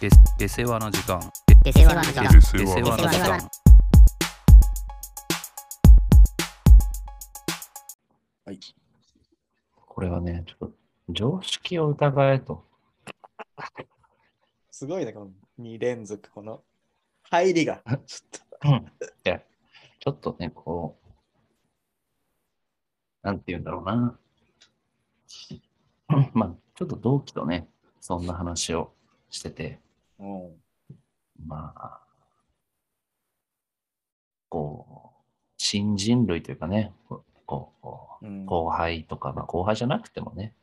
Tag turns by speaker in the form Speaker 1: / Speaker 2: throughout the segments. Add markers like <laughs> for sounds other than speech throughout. Speaker 1: で出世話の時間
Speaker 2: 出世話の時間
Speaker 3: で
Speaker 1: 出
Speaker 3: 世
Speaker 1: 世
Speaker 3: 話
Speaker 1: 話の時間
Speaker 4: はい。
Speaker 5: これはね、ちょっと常識を疑えと。
Speaker 4: すごいね、この2連続、この入りが。ちょっと。
Speaker 5: うん。いや、ちょっとね、こう、なんて言うんだろうな。 <laughs> うんまあ、ちょっと同期とね、そんな話をしてて、
Speaker 4: うん。
Speaker 5: まあ、こう、新人類というかね、こう、こうこ
Speaker 4: うん
Speaker 5: う後輩とか、まあ、後輩じゃなくてもね、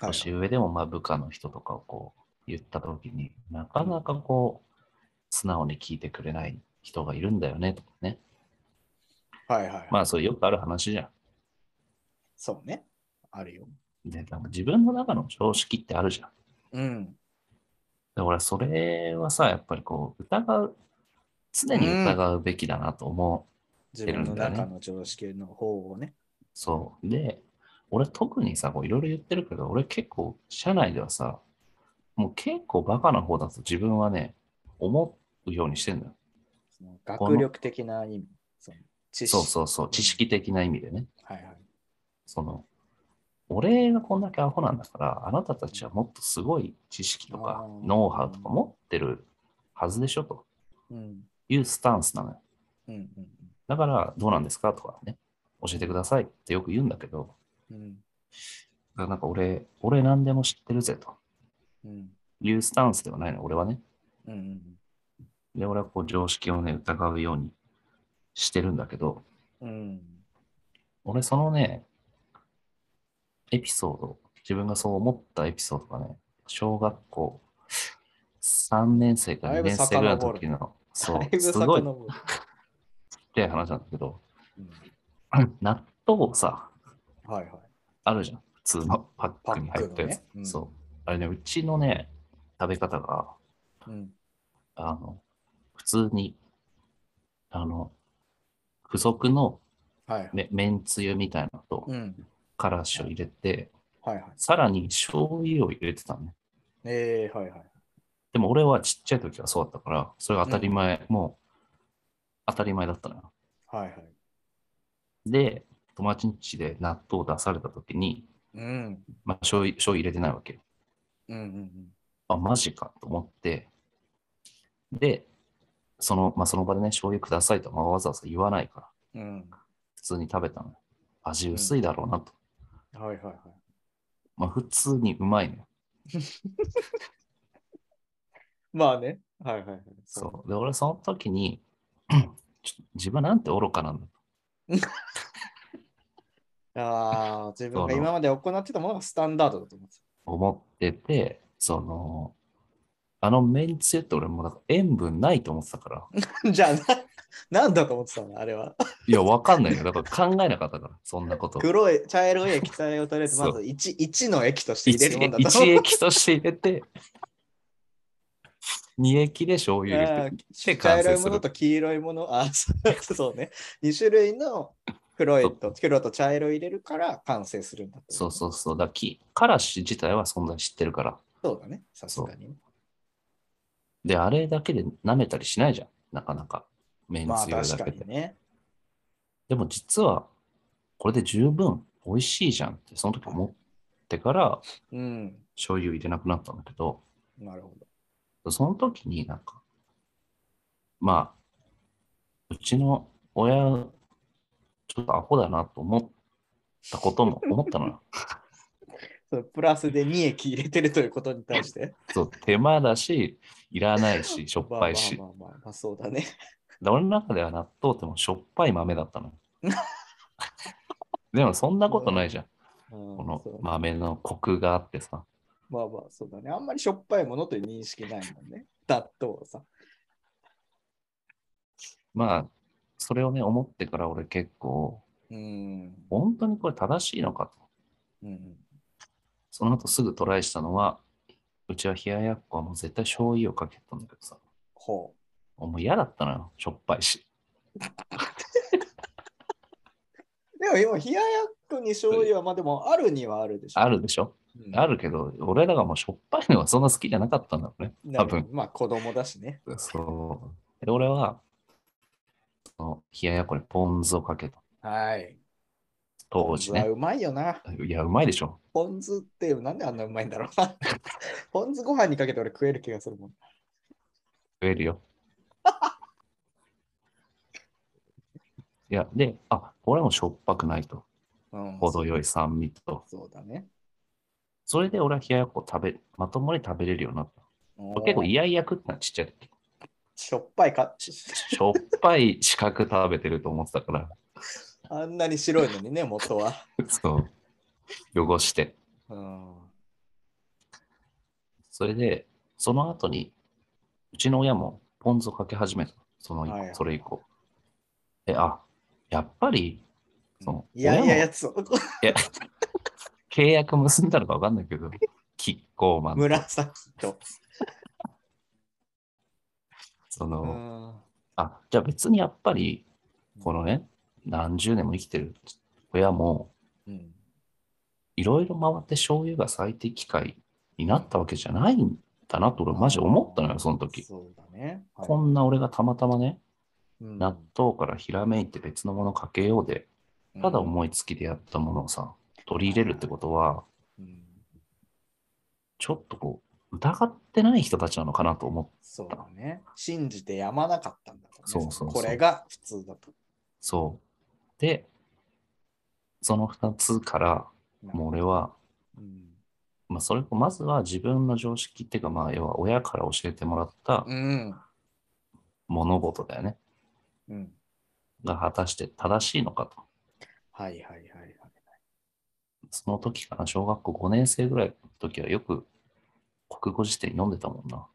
Speaker 4: はい
Speaker 5: 年上でもまあ部下の人とかをこう言ったときになかなかこう素直に聞いてくれない人がいるんだよねとかね
Speaker 4: はいはい。
Speaker 5: まあそうよくある話じゃ
Speaker 4: そうね。あるよ。
Speaker 5: んでなんか自分の中の常識ってあるじゃん
Speaker 4: うん。
Speaker 5: で俺はそれはさやっぱりこう疑う常に疑うべきだなと思う、
Speaker 4: 自分の
Speaker 5: 出るんだね
Speaker 4: 中の常識の方をね。
Speaker 5: そうで俺特にさこういろいろ言ってるけど俺結構社内ではさもう結構バカな方だと自分はね思うようにしてんだよ
Speaker 4: その学力的な意味。その知識
Speaker 5: そうそうそう知識的な意味でね
Speaker 4: はいはい。
Speaker 5: その、俺がこんだけアホなんだから、あなたたちはもっとすごい知識とか
Speaker 4: あ、ー
Speaker 5: ノウハウとか持ってるはずでしょと
Speaker 4: うん。
Speaker 5: いうスタンスなのよ。
Speaker 4: うん
Speaker 5: だから、どうなんですかとかね、教えてくださいってよく言うんだけど、
Speaker 4: うん。うん。
Speaker 5: だからなんか俺、俺何でも知ってるぜと
Speaker 4: うん。
Speaker 5: いうスタンスではないの、俺はね。
Speaker 4: うんうん
Speaker 5: で、俺はこう常識をね、疑うようにしてるんだけど、
Speaker 4: うん。うん。
Speaker 5: 俺そのね、エピソード、自分がそう思ったエピソードがね、小学校3年生か
Speaker 4: だい
Speaker 5: 2
Speaker 4: ぶ
Speaker 5: 年生ぐらいの時の、そ、
Speaker 4: だいうぶ
Speaker 5: すごいちっ
Speaker 4: 遡る
Speaker 5: ちゃい話なんだけど、
Speaker 4: うん
Speaker 5: 納豆さ、
Speaker 4: はいはい。
Speaker 5: あるじゃん。普通のパックに入ったやつ。
Speaker 4: パックのねうん
Speaker 5: そう。あれね、うちのね、食べ方が、
Speaker 4: うん。
Speaker 5: あの、普通に、あの、付属の
Speaker 4: はいはい。
Speaker 5: めめんつゆみたいなのと、
Speaker 4: うん。
Speaker 5: からしを入れて、
Speaker 4: はいはい。
Speaker 5: さらに醤油を入れてたのね。
Speaker 4: ええはいはい。
Speaker 5: でも俺はちっちゃい時はそうだったから、それが当たり前、もう当たり前だったのよ。
Speaker 4: はいはい。
Speaker 5: で、友達ん家で納豆を出された時に、
Speaker 4: うん。
Speaker 5: まあ、醤油醤油入れてないわけよ。
Speaker 4: うんうん
Speaker 5: あ、マジかと思って、で、その,、まあ、その場でね、醤油くださいとまあわざわざ言わないから、
Speaker 4: うん。うん。
Speaker 5: 普通に食べたのよ。味薄いだろうなと。
Speaker 4: はいはいはい。
Speaker 5: まあ、普通にうまいのよ。
Speaker 4: まあね。はいはいはい。
Speaker 5: そう。で、俺その時に、ちょっと自分なんて愚かなんだ
Speaker 4: う。ああ、自分が今まで行ってたものがスタンダードだと思って
Speaker 5: 思ってて、その、あのめんつゆって俺もうなんか塩分ないと思ってたから、
Speaker 4: た。 <laughs> じゃあな、 <laughs> 何だと思ってたのあれは。
Speaker 5: いや、わかん
Speaker 4: <laughs>
Speaker 5: ないよ。だから考えなかったから、そんなこと。
Speaker 4: 黒い、茶色い液体をとりあえずま
Speaker 5: そ
Speaker 4: ず 1, 一の液として入れるもん <laughs> だと
Speaker 5: 1液として入れて、2液で醤油入れて、で
Speaker 4: 茶
Speaker 5: 完
Speaker 4: 色
Speaker 5: 成
Speaker 4: いも
Speaker 5: す
Speaker 4: の
Speaker 5: る。
Speaker 4: と黄色いもの、あ、そうそうね。2種類の黒いと黒と茶色入れるから完成するんだと
Speaker 5: そうそうそう。だからき、からし自体は存在知ってるから。
Speaker 4: そうだね、さすがに。
Speaker 5: で、あれだけで舐めたりしないじゃん。なかなか。めん
Speaker 4: まあ
Speaker 5: つゆだ
Speaker 4: 確か
Speaker 5: け
Speaker 4: に
Speaker 5: で。
Speaker 4: ね。
Speaker 5: でも実は、これで十分美味しいじゃんって、その時思ってから、
Speaker 4: うん。
Speaker 5: 醤油入れなくなったんだけど、
Speaker 4: なるほど。
Speaker 5: その時になんか、まあ、うちの親、ちょっとアホだなと思ったこと
Speaker 4: <laughs>
Speaker 5: も思ったのよ。
Speaker 4: そのプラスで2液入れてるということに対
Speaker 5: <laughs>
Speaker 4: して。
Speaker 5: そう手間だし、いらない
Speaker 4: <laughs>
Speaker 5: し、しょっ
Speaker 4: まあ
Speaker 5: ぱいし。
Speaker 4: まあまあまあ、まあ、そうだね。
Speaker 5: で俺の中では納豆ってもうしょっぱい豆だったのよ。 <laughs> でもそんなことないじゃん。
Speaker 4: うん
Speaker 5: この
Speaker 4: そう
Speaker 5: 豆のコクがあってさ。
Speaker 4: まあまあ、そうだね。あんまりしょっぱいものという認識ないもんね。納豆はさ。
Speaker 5: まあ、それをね、思ってから俺結構、
Speaker 4: うん。
Speaker 5: 本当にこれ正しいのかと。
Speaker 4: うん。
Speaker 5: その後すぐトライしたのは、うちは冷ややっこはもう絶対醤油をかけたんだけどさ、
Speaker 4: ほ
Speaker 5: もう嫌だったのよ、しょっぱいし。
Speaker 4: う。でも今、冷ややっこに醤油は、まあでも、あるにはあるでしょ。
Speaker 5: あるでしょ
Speaker 4: うん
Speaker 5: あるけど、俺らがもうしょっぱいのはそんな好きじゃなかったんだろうね。
Speaker 4: なるほど
Speaker 5: 多
Speaker 4: まあ子供だしね。
Speaker 5: そう。で、俺は、その冷ややっこにポン酢をかけた。
Speaker 4: はい。
Speaker 5: 当時
Speaker 4: ポン酢は
Speaker 5: ね。
Speaker 4: うまいよな。
Speaker 5: いや、うまいでしょ。
Speaker 4: ポン酢ってなんであんなうまいんだろう <laughs> な。ポン酢ご飯にかけて俺食える気がするもん。
Speaker 5: 食えるよ。いや、で、あ、これもしょっぱくないと。
Speaker 4: うん、
Speaker 5: 程よい酸味と。
Speaker 4: そうだね。
Speaker 5: それで俺は冷ややっこ食べ、まともに食べれるようになった。俺結構イヤイヤ食ったのちっちゃい時。
Speaker 4: しょっぱいか。
Speaker 5: しょっぱい四角食べてると思ってたから。 <laughs>
Speaker 4: あんなに白いのにね、元は。
Speaker 5: そう。汚して。
Speaker 4: うん。
Speaker 5: それで、その後に、うちの親もポン酢をかけ始めた。その以降、
Speaker 4: はい
Speaker 5: それ以降。え、あ、やっぱり、その、
Speaker 4: いやいや
Speaker 5: 親
Speaker 4: や
Speaker 5: も
Speaker 4: つを
Speaker 5: 契約結んだのか分かんないけど、キッコーマンと、
Speaker 4: <laughs> 紫と。
Speaker 5: そうの、
Speaker 4: ん。
Speaker 5: あ、じゃあ別にやっぱり、このね、何十年も生きてる親も、
Speaker 4: うん。
Speaker 5: いろいろ回って醤油が最適解になったわけじゃないんだなと、俺マジ思ったのよ、その時。
Speaker 4: そうだね。はい
Speaker 5: こんな俺がたまたまね、
Speaker 4: うん
Speaker 5: 納豆からひらめいて別のものかけようで、ただ
Speaker 4: う
Speaker 5: 思いつきでやったものをさ、取り入れるってことは、
Speaker 4: んうん
Speaker 5: ちょっとこう、疑ってない人たちなのかなと思う。
Speaker 4: そうだね。信じてやまなかったんだろね
Speaker 5: そうそうそう
Speaker 4: これが普通だと。
Speaker 5: そう。で、その2つから、もう俺は、
Speaker 4: うん。
Speaker 5: まあ、それこまずは自分の常識っていうか、まあ、要は親から教えてもらった
Speaker 4: うん。
Speaker 5: 物事だよね。
Speaker 4: うん。
Speaker 5: が果たして正しいのかと。
Speaker 4: はいはいはいはい。
Speaker 5: その時かな、小学校5年生ぐらいの時はよく国語辞典読んでたもんな。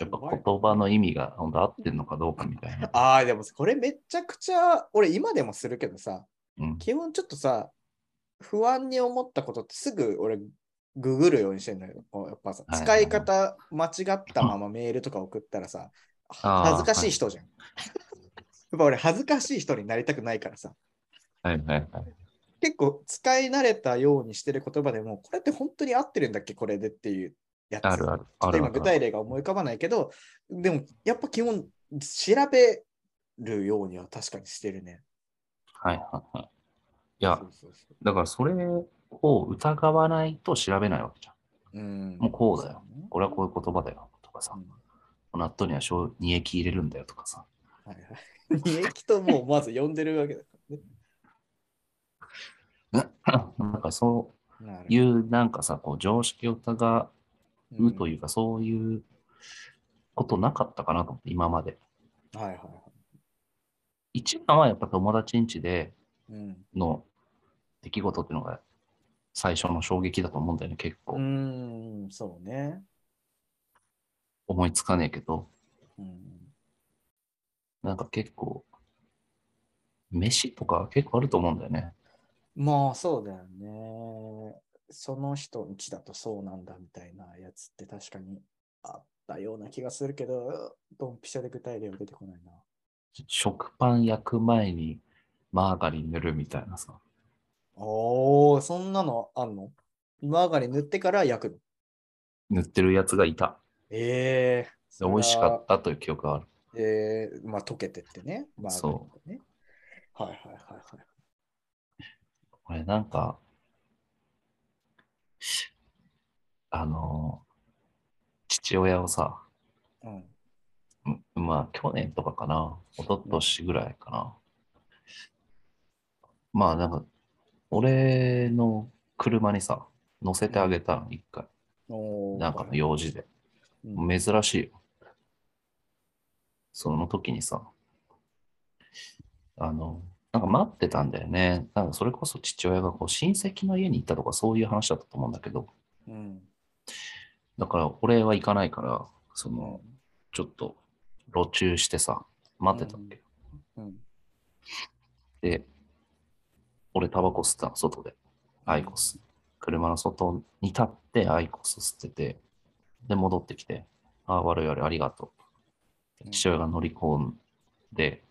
Speaker 5: やっぱ
Speaker 4: 怖い
Speaker 5: 言葉の意味が本当合ってんのかどうかみたいな。
Speaker 4: ああ、でもこれめちゃくちゃ、俺今でもするけどさ、
Speaker 5: うん。
Speaker 4: 基本ちょっとさ、不安に思ったことってすぐ俺、ググるようにしてんのよ。こうやっぱさ、
Speaker 5: はいはいは
Speaker 4: 使
Speaker 5: い
Speaker 4: い方間違ったままメールとか送ったらさ、
Speaker 5: あー
Speaker 4: 恥ずかしい人じゃん。やっぱ俺、恥ずかしい人になりたくないからさ、
Speaker 5: はいはいはい。
Speaker 4: 結構使い慣れたようにしてる言葉でも、これって本当に合ってるんだっけこれでっていうやつ。
Speaker 5: あるある。
Speaker 4: ちょ
Speaker 5: あ
Speaker 4: っと
Speaker 5: るあ
Speaker 4: 今具
Speaker 5: る。
Speaker 4: 体例が思い浮かばないけど、でもやっぱ基本調べるようには確かにしてるね。
Speaker 5: はいはいはい。いや
Speaker 4: そ、うそうそ
Speaker 5: だからそれを疑わないと調べないわけじゃん。
Speaker 4: ううん、
Speaker 5: もうこうだよ
Speaker 4: そね。
Speaker 5: 俺はこういう言葉だよとかさ、納豆には醤油煮液入れるんだよとかさ。 <laughs>
Speaker 4: うんはいはい。二液ともうまず呼んでるわけだからね。
Speaker 5: なんかそ
Speaker 4: なる
Speaker 5: ういうなんかさ、こう常識を疑
Speaker 4: ほど
Speaker 5: うというか、そういうことなかったかなと思って、今まで。
Speaker 4: うん。はいはいは
Speaker 5: 一番はやっぱ友達ん家で
Speaker 4: い。うん。
Speaker 5: の出来事っていうのが最初の衝撃だと思うんだよね、結
Speaker 4: う
Speaker 5: 構。
Speaker 4: ーん、そうね。
Speaker 5: 思いつかねえけど、
Speaker 4: うん。
Speaker 5: なんか結構、飯とか結構あると思うんだよね。
Speaker 4: まあそうだよね。その人ん家だとそうなんだみたいなやつって確かにあったような気がするけど、ドンピシャで具体例は出てこないな。
Speaker 5: 食パン焼く前にマーガリン塗るみたいなさ。
Speaker 4: おお、そんなのあんのマーガリン塗ってから焼くの。
Speaker 5: 塗ってるやつがいた。
Speaker 4: ええ
Speaker 5: で美味しかったという記憶がある。
Speaker 4: た。ええまあ溶けてってね。マーガリンとね。はいはいはいはい。
Speaker 5: これなんか、あの、父親をさ、
Speaker 4: うん、
Speaker 5: うまあ去年とかかな、一昨年ぐらいかな。まあなんか、俺の車にさ、乗せてあげたの、一回。
Speaker 4: おー
Speaker 5: なんかの用事で。
Speaker 4: うん
Speaker 5: 珍しいよ。その時にさ、あの、なんか待ってたんだよね。なんかそれこそ父親がこう親戚の家に行ったとかそういう話だったと思うんだけど、
Speaker 4: うん
Speaker 5: だから俺は行かないから、その、
Speaker 4: う
Speaker 5: ちょっと路中してさ、待ってたんだよ。
Speaker 4: ん
Speaker 5: で、俺タバコ吸ってたの、外で。アイコス。車の外に立ってアイコス吸ってて、で、戻ってきて、ああ、悪い悪い、ありがと
Speaker 4: う
Speaker 5: う。
Speaker 4: ん
Speaker 5: 父親が乗り込んで、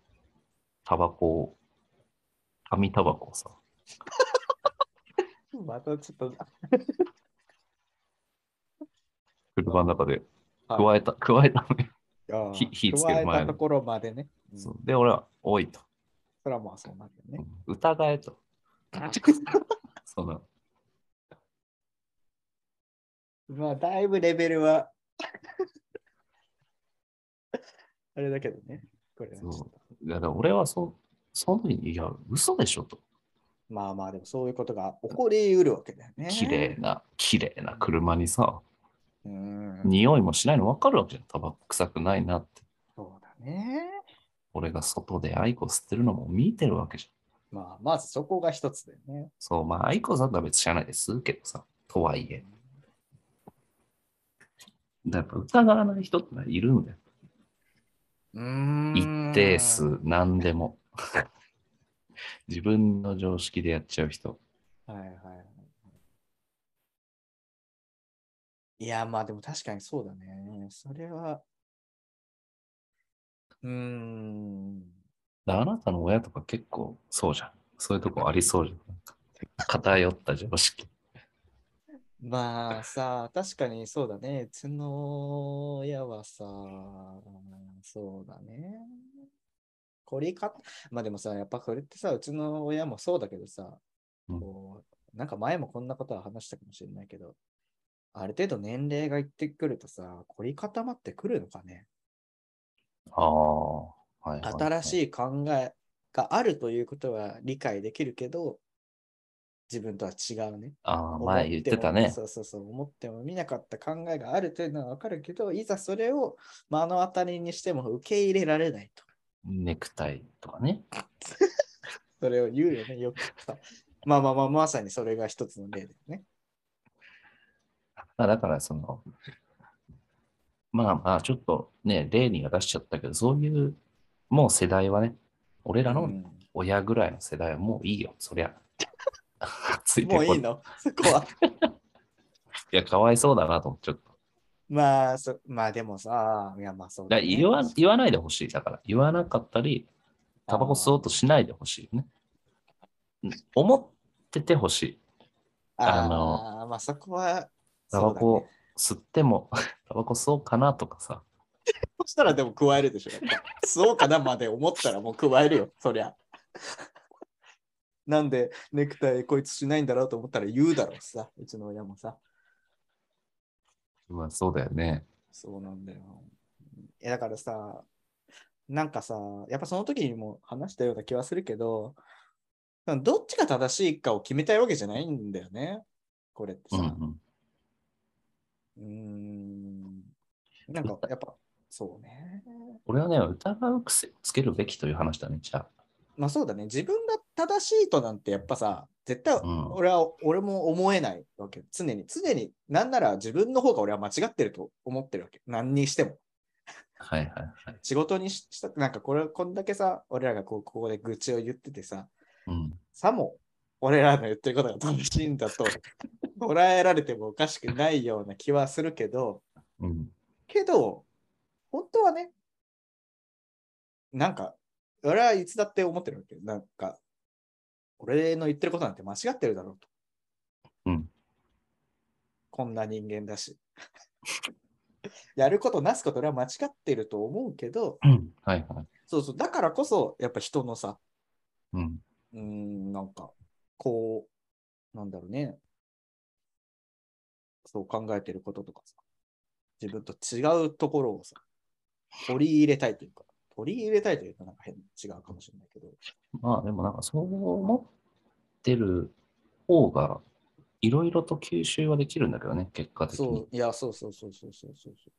Speaker 5: タバコを、紙タバコをさ、
Speaker 4: またちょっと
Speaker 5: 職場の中で、
Speaker 4: はい
Speaker 5: 加えた、加えたのね。
Speaker 4: ああ
Speaker 5: 火火つける前の
Speaker 4: 加えたところまでね。うん
Speaker 5: そ
Speaker 4: そう
Speaker 5: で、俺は、多いと。
Speaker 4: れはまあそうなんだよね。
Speaker 5: 疑え
Speaker 4: <laughs>
Speaker 5: と。その、
Speaker 4: まあ、だいぶレベルは。あれだけどね。これはちょっと
Speaker 5: そいやだから俺はそ、その時に、いや、嘘でしょと。
Speaker 4: まあまあ、でもそういうことが起こりうるわけだよね。
Speaker 5: 綺麗な、綺麗な車にさ、
Speaker 4: うん。
Speaker 5: 匂いもしないの分かるわけじゃん。タバコ臭くないなって。
Speaker 4: そうだね。
Speaker 5: 俺が外でアイコ吸ってるのも見てるわけじゃん。
Speaker 4: まあ、まずそこが一つだよね。
Speaker 5: そう、まあ、アイコさんとは別に知らないですけどさ、とはいえ。だからやっぱ疑わない人ってのはいるんだよ。一
Speaker 4: 一
Speaker 5: 定数、何でも。 <laughs> 自分の常識でやっちゃう人。
Speaker 4: はいはいはい。いや、まあでも確かにそうだね。それは。うーん。
Speaker 5: だからあなたの親とか結構そうじゃん。そういうとこありそうじゃん。なんか偏った常識。
Speaker 4: まあさ、確かにそうだね。うちの親はさ、そうだね。凝りか、 <laughs> まあでもさ、やっぱこれってさ、うちの親もそうだけどさ、
Speaker 5: うん
Speaker 4: こうなんか前もこんなことは話したかもしれないけど、ある程度年齢がいってくるとさ、凝り固まってくるのかね。
Speaker 5: ああ、はいはいはい、
Speaker 4: 新し
Speaker 5: い。
Speaker 4: い考えがあるということは理解できるけど、自分とは違うね。
Speaker 5: ああ、
Speaker 4: 思
Speaker 5: 前言ってたね
Speaker 4: も。そうそうそう、思っても見なかった考えがあるというのはわかるけど、いざそれを目の当たりにしても受け入れられないと。
Speaker 5: ネクタイとかね。
Speaker 4: それを言うよ
Speaker 5: <laughs>
Speaker 4: ね、よくさ。まあまあまあ、まさにそれが一つの例だよね。
Speaker 5: まあだからその、まあまあちょっとね、例には出しちゃったけど、そういう、もう世代はね、俺ら
Speaker 4: う
Speaker 5: の
Speaker 4: ん
Speaker 5: 親ぐらいの世代はもういいよ、そりゃ。 <laughs> ついて
Speaker 4: も
Speaker 5: こ
Speaker 4: う
Speaker 5: い
Speaker 4: い
Speaker 5: <laughs>
Speaker 4: いのそこは。
Speaker 5: いや、かわいそうだなと思っちゃった。
Speaker 4: まあ、そまあでもさ、いやまあそう
Speaker 5: だから
Speaker 4: ね
Speaker 5: 言わ言わないでほしい。だから、言わなかったり、タバコ吸おうとしないでほしいよね。うん思っててほしい。
Speaker 4: あ
Speaker 5: あの
Speaker 4: ーまあそこは、
Speaker 5: タバコ
Speaker 4: そうだね
Speaker 5: 吸っても、 <laughs> タバコ吸おうかなとかさ。
Speaker 4: そしたらでも加えるでしょ。やっぱ吸おうかなまで思ったらもう加えるよ、そりゃ。なんでネクタイこいつしないんだろうと思ったら言うだろうしさ、うちの親もさ。
Speaker 5: まあ、そうだよね。
Speaker 4: そうなんだよ。え、だからさ、なんかさ、やっぱその時にも話したような気はするけど、どっちが正しいかを決めたいわけじゃないんだよね、これって
Speaker 5: うんう
Speaker 4: さ。
Speaker 5: ん。
Speaker 4: うーん。なんかやっぱ、そうね。
Speaker 5: 俺はね、疑う癖をつけるべきという話だね。じゃあ、
Speaker 4: まあそうだね。自分が正しいとなんてやっぱさ、絶対
Speaker 5: うん
Speaker 4: 俺は、俺も思えないわけ。常に、常に、なんなら自分の方が俺は間違ってると思ってるわけ。何にしても。
Speaker 5: はいはいはい。
Speaker 4: 仕事にししたなんかこれ、こんだけさ、俺らがこうここで愚痴を言っててさ、
Speaker 5: うん。
Speaker 4: さも俺らの言ってることが正しいんだと捉えられてもおかしくないような気はするけど、
Speaker 5: うん、
Speaker 4: けど、本当はね、なんか、俺はいつだって思ってるわけよ。なんか、俺の言ってることなんて間違ってるだろうと。
Speaker 5: うん。
Speaker 4: こんな人間だし。 <laughs> やることなすこと俺は間違ってると思うけど、
Speaker 5: うん。はいはい。
Speaker 4: そうそう、だからこそ、やっぱ人のさ、
Speaker 5: うん。
Speaker 4: うーん、なんか、こう、なんだろうね。そう考えてることとかさ、自分と違うところをさ、取り入れたいというか、取り入れたいというか、なんか変、違うかもしれないけど、
Speaker 5: まあ、でもなんか、そう思ってる方が、いろいろと吸収はできるんだけどね、結果的に。
Speaker 4: そう、いや、そうそうそうそうそうそうそ
Speaker 5: い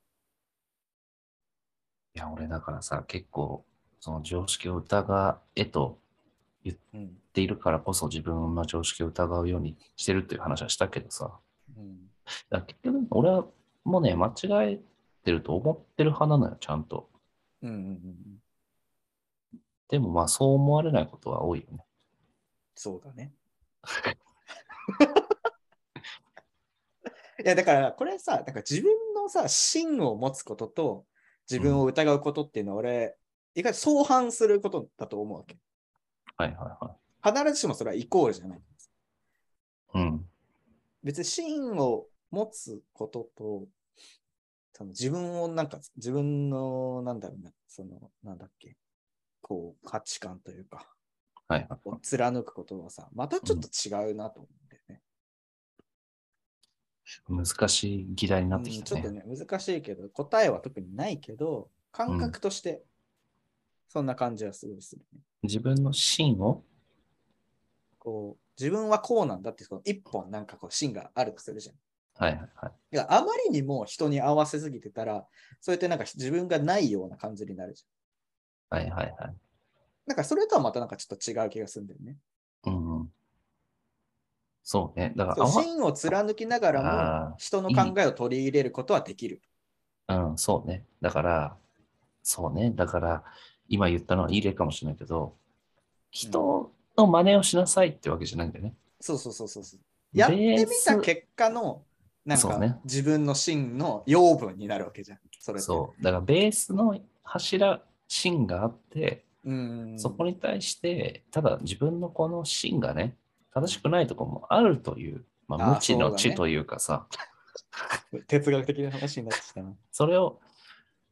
Speaker 5: や、俺だからさ、結構、その常識を疑えと
Speaker 4: う。うん。
Speaker 5: 言っているからこそ自分の常識を疑うようにしてるっていう話はしたけどさ、
Speaker 4: うん、
Speaker 5: だから結局、俺はもうね、間違えてると思ってる派なのよ、ちゃんと。
Speaker 4: うん、うんうんうん。
Speaker 5: でもまあ、そう思われないことは多いよね。
Speaker 4: そうだね。 <laughs> いや、だから、これさ、なんか自分のさ、芯を持つことと、自分を疑うことっていうのは、俺、意外と相反することだと思うわけ。
Speaker 5: はいはいは
Speaker 4: 必ずしもそれはイコールじゃない。
Speaker 5: い。うん。
Speaker 4: 別に芯を持つことと、その自分をなんか、自分の、なんだろうな、その、なんだっけ、こう、価値観というか、
Speaker 5: はい。
Speaker 4: を貫くことはさ、またちょっと違うなと思うんだよね。
Speaker 5: 難しい議題になって
Speaker 4: う
Speaker 5: き
Speaker 4: んち
Speaker 5: た
Speaker 4: ょっと
Speaker 5: ね。
Speaker 4: ね、難しいけど、答えは特にないけど、感覚として、そんな感じはすごいするね。
Speaker 5: 自分の芯を
Speaker 4: こう、自分はこうなんだって、その一本なんかこう、芯があるとするじゃん。
Speaker 5: はいはいはい。
Speaker 4: いやあまりにも人に合わせすぎてたら、そうやってなんか自分がないような感じになるじ
Speaker 5: はいはいはい。
Speaker 4: ゃん。なんかそれとはまたなんかちょっと違う気がするんだよね。
Speaker 5: うんうん。そうね。だから、
Speaker 4: そう芯を貫きながら
Speaker 5: あ
Speaker 4: も、人の考えを取り入れることはできる。
Speaker 5: あうん、そうね。だから、そうね。だから、今言ったのはいい例かもしれないけど、人の真似をしなさいってわけじゃないんだよね。
Speaker 4: そうそうそうそうそう。
Speaker 5: ベー
Speaker 4: やっ
Speaker 5: ス
Speaker 4: てみた結果の、なん
Speaker 5: そう
Speaker 4: か
Speaker 5: ね
Speaker 4: 自分の芯の養分になるわけじゃん。それって
Speaker 5: そう。だから、ベースの柱、芯があって、
Speaker 4: うん。
Speaker 5: そこに対して、ただ自分のこの芯がね、正しくないところもあるという、ま
Speaker 4: あ
Speaker 5: あ、
Speaker 4: ー
Speaker 5: 無知
Speaker 4: そう
Speaker 5: の
Speaker 4: だね
Speaker 5: 知というかさ、そ,、
Speaker 4: 哲学的な話になってきたな。
Speaker 5: れを、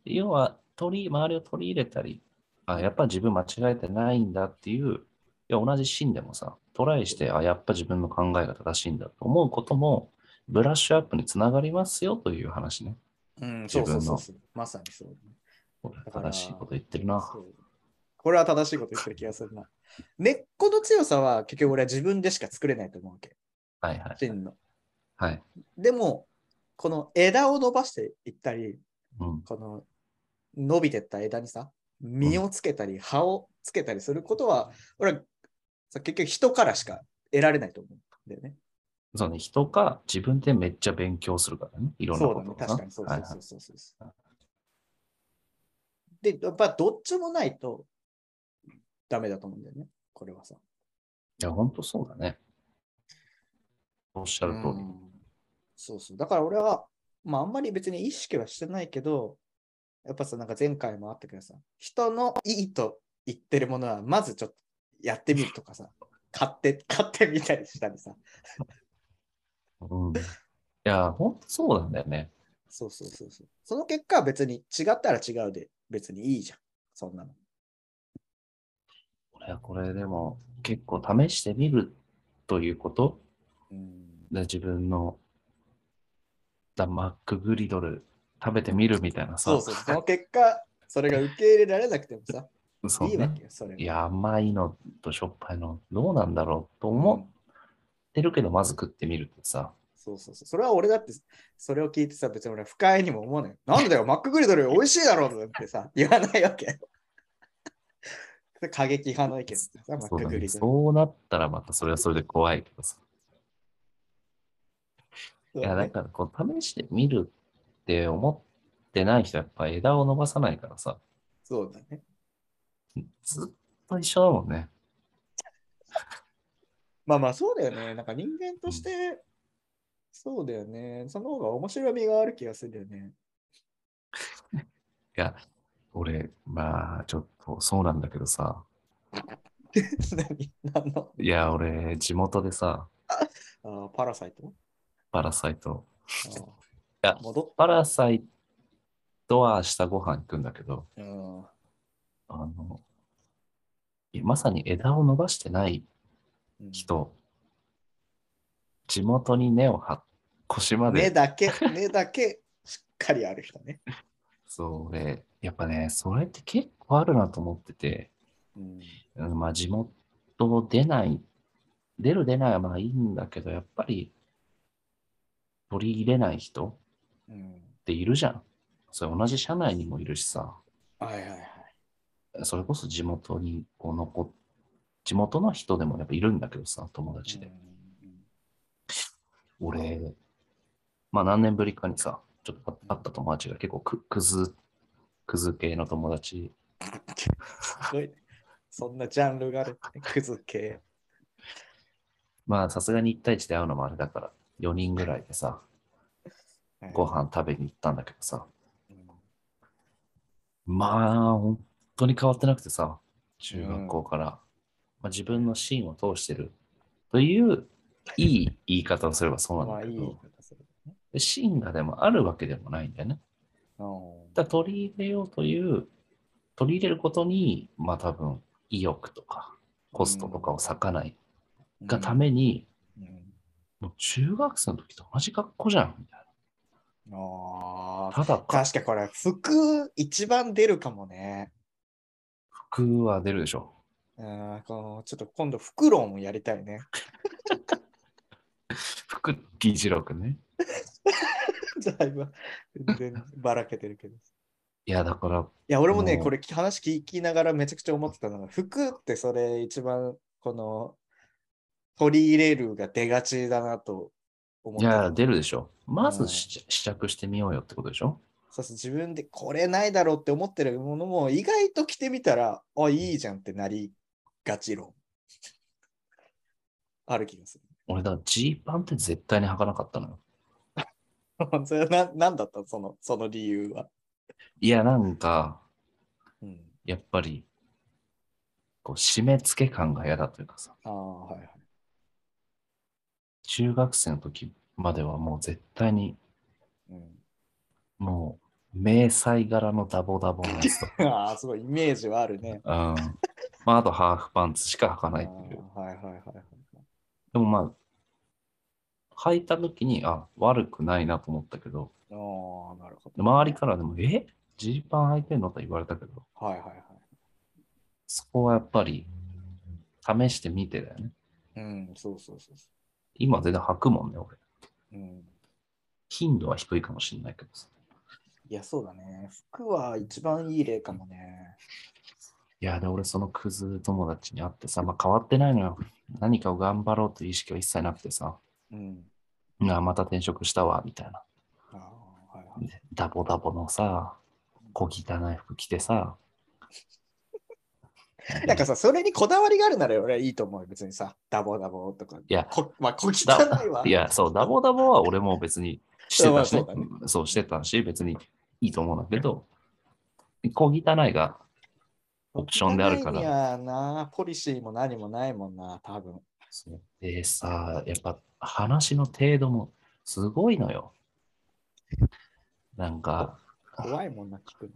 Speaker 5: 要は取り、周りを取り入れたり、あ、やっぱ自分間違えてないんだっていう、いや同じ芯でもさ、トライして、あ、やっぱ自分の考えが正しいんだと思うことも、ブラッシュアップにつながりますよという話ね。
Speaker 4: うん、そうそう
Speaker 5: 自分
Speaker 4: そう
Speaker 5: の
Speaker 4: そう。まさにそうだね。から
Speaker 5: 正しいこと言ってるな。
Speaker 4: そうこれは正しいこと言ってる気がするな。根っこの強さは結局俺は自分でしか作れないと思うわけ。
Speaker 5: はいはい。
Speaker 4: 真の。
Speaker 5: はい。
Speaker 4: でも、この枝を伸ばしていったり、
Speaker 5: うん。
Speaker 4: この伸びてった枝にさ、実をつけたり、葉をつけたりすることは、俺はさ結局人からしか得られないと思うんだよね。
Speaker 5: そうね、人か自分でめっちゃ勉強するからね。いろんな
Speaker 4: そ
Speaker 5: こ
Speaker 4: う
Speaker 5: と
Speaker 4: だね
Speaker 5: を、な
Speaker 4: 確かにそう
Speaker 5: は
Speaker 4: そ
Speaker 5: いうはい
Speaker 4: そうそうそうそうで、やっぱどっちもないとダメだと思うんだよね。これはさ。
Speaker 5: いや、本当そうだね。おっしゃる通り。
Speaker 4: うんそうそう。だから俺は、まああんまり別に意識はしてないけど、やっぱさ、なんか前回もあったけどさ、人のいいと言ってるものは、まずちょっとやってみるとか
Speaker 5: <laughs>
Speaker 4: さ、買って、買ってみたりしたりさ。
Speaker 5: うんいや、本当そうなんだよね。
Speaker 4: そうそうそうそう。その結果は別に違ったら違うで、別にいいじゃん。そんなの。
Speaker 5: これはこれでも結構試してみるということ
Speaker 4: うん。
Speaker 5: で自分のだマックグリドル食べてみるみたいなさ。
Speaker 4: そうそ
Speaker 5: <laughs>
Speaker 4: う。その結果、それが受け入れられなくてもさ、
Speaker 5: そう
Speaker 4: いいわ
Speaker 5: ね
Speaker 4: けよ、それ
Speaker 5: い
Speaker 4: は。
Speaker 5: や、甘いのとしょっぱいのどうなんだろうと思ってるけど、まず食ってみるってさ。
Speaker 4: そうそうそう。それは俺だって、それを聞いてさ、別に俺は不快にも思わない。な
Speaker 5: <laughs>
Speaker 4: んだよ、マックグリドル美味しいだろうってさ、言わないわけ。過激派の意見さ、マッ
Speaker 5: そう
Speaker 4: ク
Speaker 5: だ
Speaker 4: グ
Speaker 5: ね
Speaker 4: リド
Speaker 5: そうなったらまたそれはそれで怖いけどさ。
Speaker 4: ル。
Speaker 5: いや、だからこう、試してみるって思ってない人はやっぱ枝を伸ばさないからさ、
Speaker 4: そうだね。
Speaker 5: ずっと一緒だもんね。
Speaker 4: まあまあ、そうだよね。なんか人間として、そうだよね。その方が面白みがある気がするよね。 <laughs>
Speaker 5: いや、俺、まあ、ちょっとそうなんだけどさ、
Speaker 4: 何何の
Speaker 5: いや、俺、地元でさ、
Speaker 4: あーパラサイト
Speaker 5: パラサイト、
Speaker 4: あー
Speaker 5: いや
Speaker 4: 戻っ
Speaker 5: パラサイトは明日ご飯行くんだけど、
Speaker 4: た。うん
Speaker 5: あの、いやまさに枝を伸ばしてない
Speaker 4: うん
Speaker 5: 人、地元に根を張っ、腰まで
Speaker 4: 目だ <laughs> け、目だけしっかりある人ね。
Speaker 5: そうで、やっぱね、それって結構あるなと思ってて、
Speaker 4: うん
Speaker 5: うんまあ地元を出ない、出る出ないはまあいいんだけど、やっぱり取り入れない人っ
Speaker 4: うん、
Speaker 5: ているじゃん。それ同じ社内にもいるしさ、
Speaker 4: はいはいはい。
Speaker 5: それこそ地元にこう残っ地元の人でもやっぱいるんだけどさ、友達で。俺、まあ何年ぶりかにさ、ちょっと会った友達が結構くクズ、クズ系の友達
Speaker 4: すごいね。そんなジャンルがある、ね。クズ系。
Speaker 5: まあさすがに1対1で会うのもあれだから4人ぐらいでさ
Speaker 4: はい
Speaker 5: ご飯食べに行ったんだけどさ
Speaker 4: うん
Speaker 5: まあ本当に変わってなくてさ中学校から、まあ、自分のシーンを通してるといういい言い方をすればそう
Speaker 4: ま
Speaker 5: なん
Speaker 4: あ
Speaker 5: だ
Speaker 4: い
Speaker 5: け
Speaker 4: い
Speaker 5: ど、
Speaker 4: 言い方する。
Speaker 5: でシーンがでもあるわけでもないんだよね
Speaker 4: うん
Speaker 5: だから取り入れようという、取り入れることに、まあ多分、意欲とか、コストとかを割かないがた、めに、
Speaker 4: うん
Speaker 5: もう中学生の時と同じ格好じゃん、みたい
Speaker 4: あ
Speaker 5: な。
Speaker 4: ー
Speaker 5: ただ、
Speaker 4: 確かこれ、服一番出るかもね。
Speaker 5: 服は出るでしょ。
Speaker 4: うん、このちょっと今度、服論をやりたいね。 <laughs>
Speaker 5: 服、議事録ね。
Speaker 4: だいぶ、全然ばらけてるけど。い
Speaker 5: いや、だから、
Speaker 4: や、俺もね、
Speaker 5: もう
Speaker 4: これき話聞きながらめちゃくちゃ思ってたのが、服ってそれ一番、この、取り入れるが出がちだなと思っ
Speaker 5: い
Speaker 4: てた
Speaker 5: や、出るでしょ。ま
Speaker 4: う
Speaker 5: ず
Speaker 4: ん
Speaker 5: 試着試着してみようよってことでしょ。
Speaker 4: そうそう自分でこれないだろうって思ってるものも意外と着てみたら、あ、いいじゃんってなりがち論。 <laughs> ある気 <laughs> がす
Speaker 5: 俺、だからジーパンって絶対に履かなかったのよ。
Speaker 4: る。それななんだったのそのその理由は。
Speaker 5: いや、なんか、
Speaker 4: うん、
Speaker 5: やっぱり、こう、締め付け感が嫌だというかさ、
Speaker 4: ああ、はいはい。
Speaker 5: 中学生の時まではもう絶対に、
Speaker 4: うん、 <laughs>
Speaker 5: もう、迷彩柄のダボダボのや
Speaker 4: <laughs>
Speaker 5: つとか、
Speaker 4: ああ、すごいイメージはあるね。
Speaker 5: うん。まあ、あとハーフパンツしか履か
Speaker 4: あ
Speaker 5: な
Speaker 4: あ
Speaker 5: いっていう。
Speaker 4: はいはいはいはい。
Speaker 5: でもまあ、履いた時に、あ、悪くないなと思ったけど、
Speaker 4: ああ、なるほど。
Speaker 5: 周りからでも、えジーパン履いてんのって言われたけど、
Speaker 4: はいはいはい。
Speaker 5: そこはやっぱり、試してみてだよね。
Speaker 4: うん、そうそうそうそ
Speaker 5: 今全然履くもんね、俺。
Speaker 4: う。うん
Speaker 5: 頻度は低いかもしれないけどさ。
Speaker 4: いや、そうだね。服は一番いい例かもね。
Speaker 5: いや、で、俺、そのクズ友達に会ってさ、まあ、変わってないのよ。何かを頑張ろうという意識は一切なくてさ、
Speaker 4: うん。
Speaker 5: なあ、また転職したわ、みたいな。
Speaker 4: ああ、はいはい。
Speaker 5: でダボダボのさ、小汚い服着てさ。
Speaker 4: なんかさ、それにこだわりがあるなら俺はいいと思うよ。別にさ、ダボダボとか。
Speaker 5: いや
Speaker 4: こまあ、こ汚
Speaker 5: だ
Speaker 4: いわ。
Speaker 5: いや、そう、ダボダボは俺も別にしてたし、ね
Speaker 4: まあそうだね
Speaker 5: うんそうしてたし、別にいいと思うんだけど、小汚いが、
Speaker 4: こ
Speaker 5: オ
Speaker 4: 汚いにはな、
Speaker 5: プションであるから
Speaker 4: ポリシーも何もないもんな、多分。
Speaker 5: そうでさ、やっぱ話の程度もすごいのよ。なんか、
Speaker 4: 怖いもんな、聞く